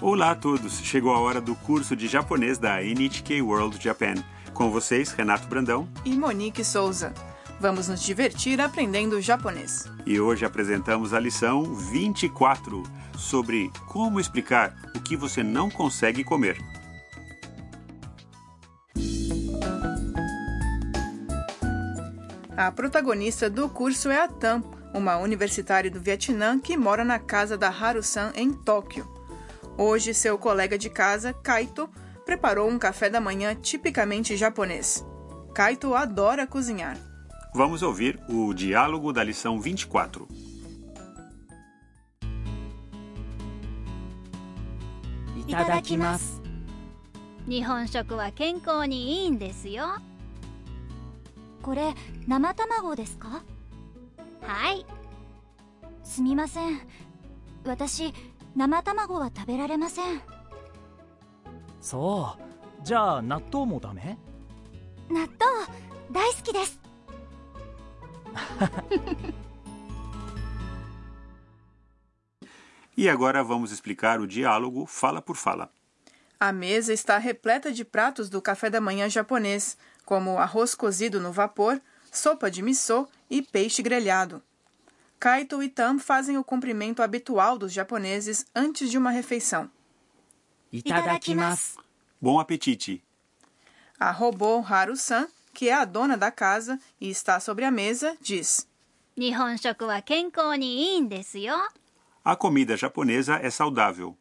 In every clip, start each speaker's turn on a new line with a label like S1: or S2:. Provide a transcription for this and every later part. S1: Olá a todos! Chegou a hora do curso de japonês da NHK World Japan. Com vocês, Renato Brandão.
S2: E Monique Souza. Vamos nos divertir aprendendo japonês.
S1: E hoje apresentamos a lição 24 sobre como explicar o que você não consegue comer.
S2: A protagonista do curso é a Tam, uma universitária do Vietnã que mora na casa da Haru-san em Tóquio. Hoje, seu colega de casa, Kaito, preparou um café da manhã tipicamente japonês. Kaito adora cozinhar.
S1: Vamos ouvir o diálogo da lição 24.
S3: いただきます
S4: 日本食は健康にいいんですよは
S3: これ生卵ですか
S4: い
S3: すみません私生卵は食べられません
S5: そうじゃあ納豆もダメ
S3: 納豆大好きです
S1: E agora vamos explicar o diálogo fala por fala.
S2: A mesa está repleta de pratos do café da manhã japonês, como arroz cozido no vapor, sopa de miso e peixe grelhado. Kaito e Tam fazem o cumprimento habitual dos japoneses antes de uma refeição.
S5: い
S3: ただきます
S1: Bom apetite!
S2: A robô Haru-san, que é a dona da casa e está sobre a mesa, diz:
S4: 日本食は健康にいいんですよ
S1: A comida japonesa é saudável.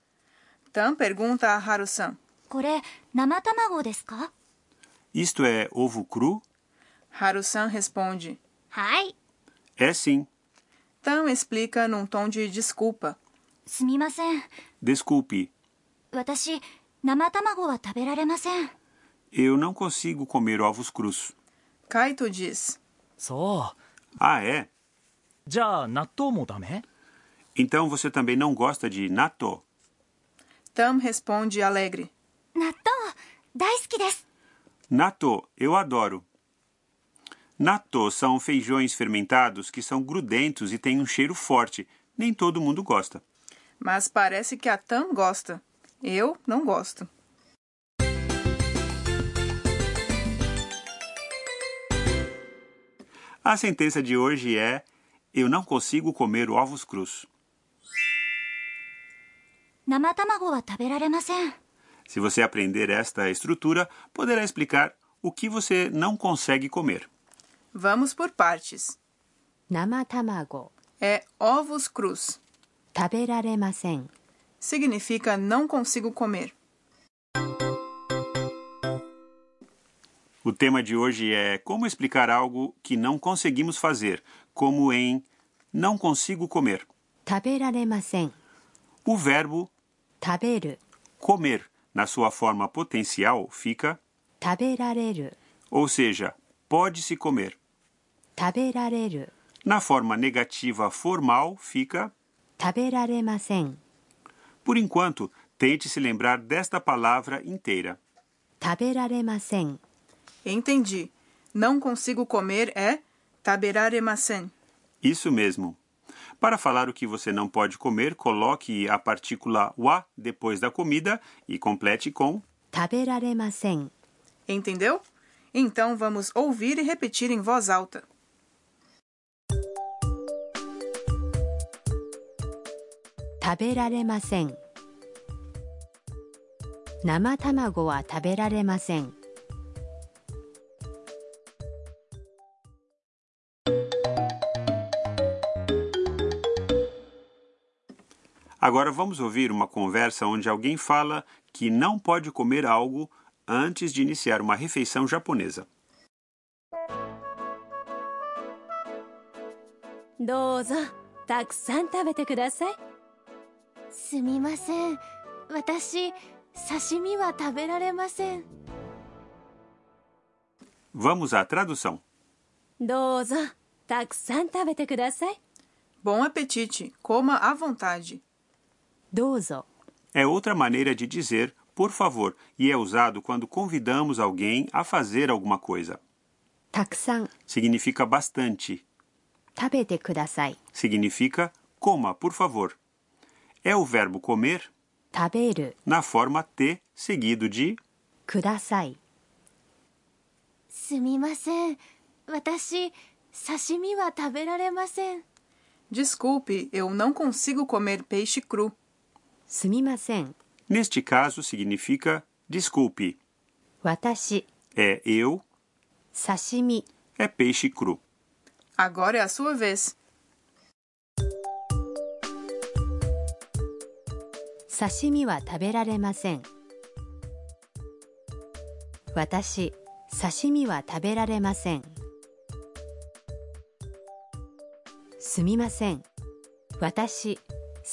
S2: Tam pergunta a Haru-san.
S3: これ生卵ですか
S1: Isto é ovo cru?
S2: Haru-san responde.
S4: はい
S1: É sim.
S2: Tam explica num tom de desculpa.
S3: すみません
S1: Desculpe,
S3: 私生卵は食べられません
S1: eu não consigo comer ovos crus.
S2: Kaito diz:
S5: そ
S1: Ah, é?
S5: うじゃあ納豆もダメ
S1: Então você também não gosta de natto?
S2: Tam responde alegre.
S3: 納豆大好きです
S1: Natto, eu adoro. Natto são feijões fermentados que são grudentos e têm um cheiro forte. Nem todo mundo gosta.
S2: Mas parece que a Tam gosta. Eu não gosto.
S1: A sentença de hoje é: Eu não consigo comer ovos crus.
S3: 生卵は食べられません
S1: Se você aprender esta estrutura, poderá explicar o que você não consegue comer.
S2: Vamos por partes.
S6: 生卵
S2: É ovos crus.
S6: 食べられません
S2: Significa não consigo comer.
S1: O tema de hoje é como explicar algo que não conseguimos fazer, como em não consigo comer.
S6: 食べられません
S1: O verbo
S6: 食べる
S1: comer, na sua forma potencial, fica,
S6: 食べられる
S1: ou seja, pode-se comer.
S6: 食べられる
S1: Na forma negativa formal, fica.
S6: 食べられません
S1: Por enquanto, tente se lembrar desta palavra inteira.
S6: 食べられません
S2: Entendi. Não consigo comer é taberaremasen.
S1: Isso mesmo. Para falar o que você não pode comer, coloque a partícula wa depois da comida e complete com
S6: 食べられません
S2: Entendeu? Então vamos ouvir e repetir em voz alta.
S6: 食べられません生卵は食べられません
S1: Agora vamos ouvir uma conversa onde alguém fala que não pode comer algo antes de iniciar uma refeição japonesa.
S7: どうぞたくさん食べてください
S3: すみません私刺身は食べられません
S1: Vamos à tradução.
S7: どうぞたくさん食べてください
S2: Bom apetite, coma à vontade.
S6: どうぞ
S1: É outra maneira de dizer por favor e é usado quando convidamos alguém a fazer alguma coisa.
S6: たくさん
S1: Significa bastante.
S6: 食べてください
S1: Significa coma, por favor. É o verbo comer
S6: 食べる
S1: na forma T, seguido de
S6: ください
S3: すみません私刺身は食べられません
S2: Desculpe, eu não consigo comer peixe cru.
S6: すみません
S1: Neste caso, significa desculpe,
S6: 私
S1: é eu,
S6: 刺身
S1: é peixe cru.
S2: Agora é a sua vez.
S6: 刺身は食べられません私刺身は食べられませんすみません私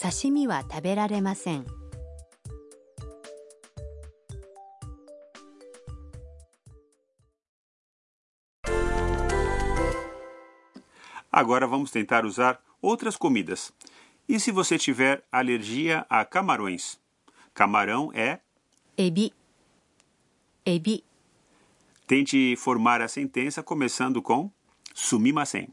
S6: 刺身は食べられません
S1: Agora vamos tentar usar outras comidas. E se você tiver alergia a camarões? Camarão é.
S6: エビエビ
S1: Tente formar a sentença começando com sumimasen.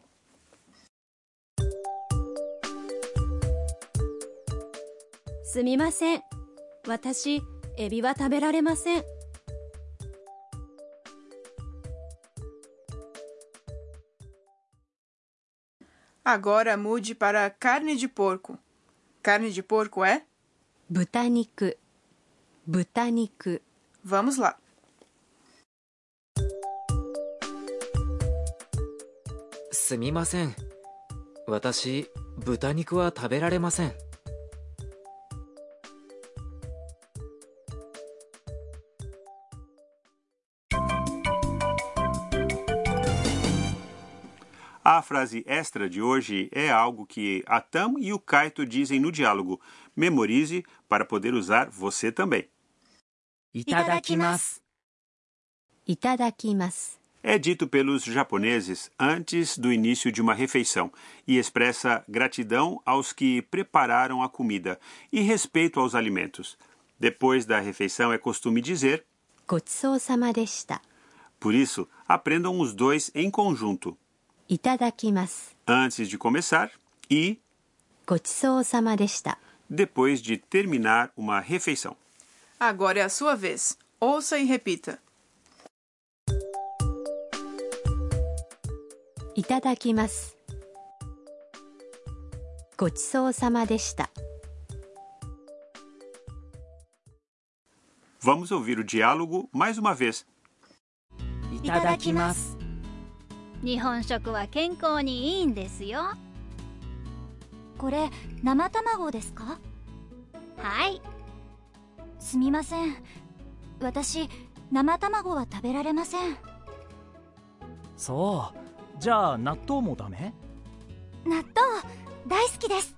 S7: すみません私エビは食べられません
S2: Agora mude para carne de porco. Carne de porco é?
S6: 豚肉豚肉
S2: Vamos lá.
S8: すみません私豚肉は食べられません
S1: A frase extra de hoje é algo que a Tam e o Kaito dizem no diálogo. Memorize para poder usar você também.
S5: い
S7: ただきます
S6: いただきます
S1: É dito pelos japoneses antes do início de uma refeição e expressa gratidão aos que prepararam a comida e respeito aos alimentos. Depois da refeição é costume dizer,
S6: ごちそうさまでした
S1: por isso, aprendam os dois em conjunto.
S6: いただきます
S1: Antes de começar e
S6: ごちそうさまでした
S1: depois de terminar uma refeição.
S2: Agora é a sua vez. Ouça e repita.
S6: いただきますごちそうさまでした
S1: Vamos ouvir o diálogo mais uma vez.
S8: い
S7: ただきます
S4: 日本食は健康にいいんですよは
S3: これ生卵ですか
S4: い
S3: すみません私生卵は食べられません
S5: そうじゃあ納豆もダメ
S3: 納豆大好きです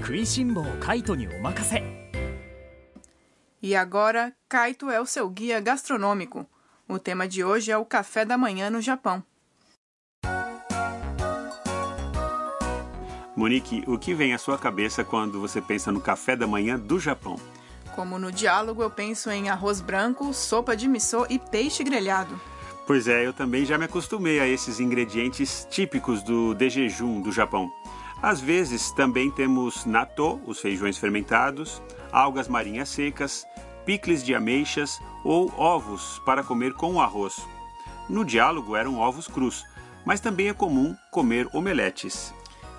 S5: 食いしん坊カイトにお任せ
S2: E agora, Kaito é o seu guia gastronômico. O tema de hoje é o café da manhã no Japão.
S1: Monique, o que vem à sua cabeça quando você pensa no café da manhã do Japão?
S2: Como no diálogo, eu penso em arroz branco, sopa de missô e peixe grelhado.
S1: Pois é, eu também já me acostumei a esses ingredientes típicos do de jejum do Japão. Às vezes também temos natto, os feijões fermentados, algas marinhas secas, picles de ameixas ou ovos para comer com o arroz. No diálogo eram ovos crus, mas também é comum comer omeletes.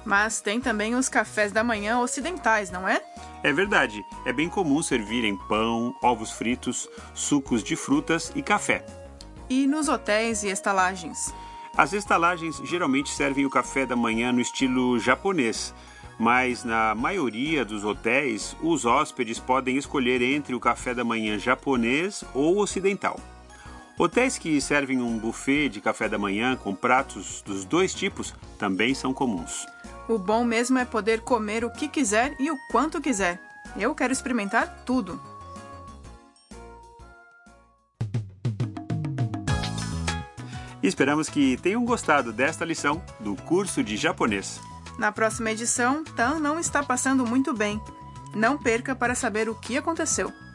S2: Mas tem também os cafés da manhã ocidentais, não é?
S1: É verdade, é bem comum servirem pão, ovos fritos, sucos de frutas e café.
S2: E nos hotéis e estalagens.
S1: As estalagens geralmente servem o café da manhã no estilo japonês, mas na maioria dos hotéis, os hóspedes podem escolher entre o café da manhã japonês ou ocidental. Hotéis que servem um buffet de café da manhã com pratos dos dois tipos também são comuns.
S2: O bom mesmo é poder comer o que quiser e o quanto quiser. Eu quero experimentar tudo.
S1: Esperamos que tenham gostado desta lição do curso de japonês.
S2: Na próxima edição, Tan não está passando muito bem. Não perca para saber o que aconteceu.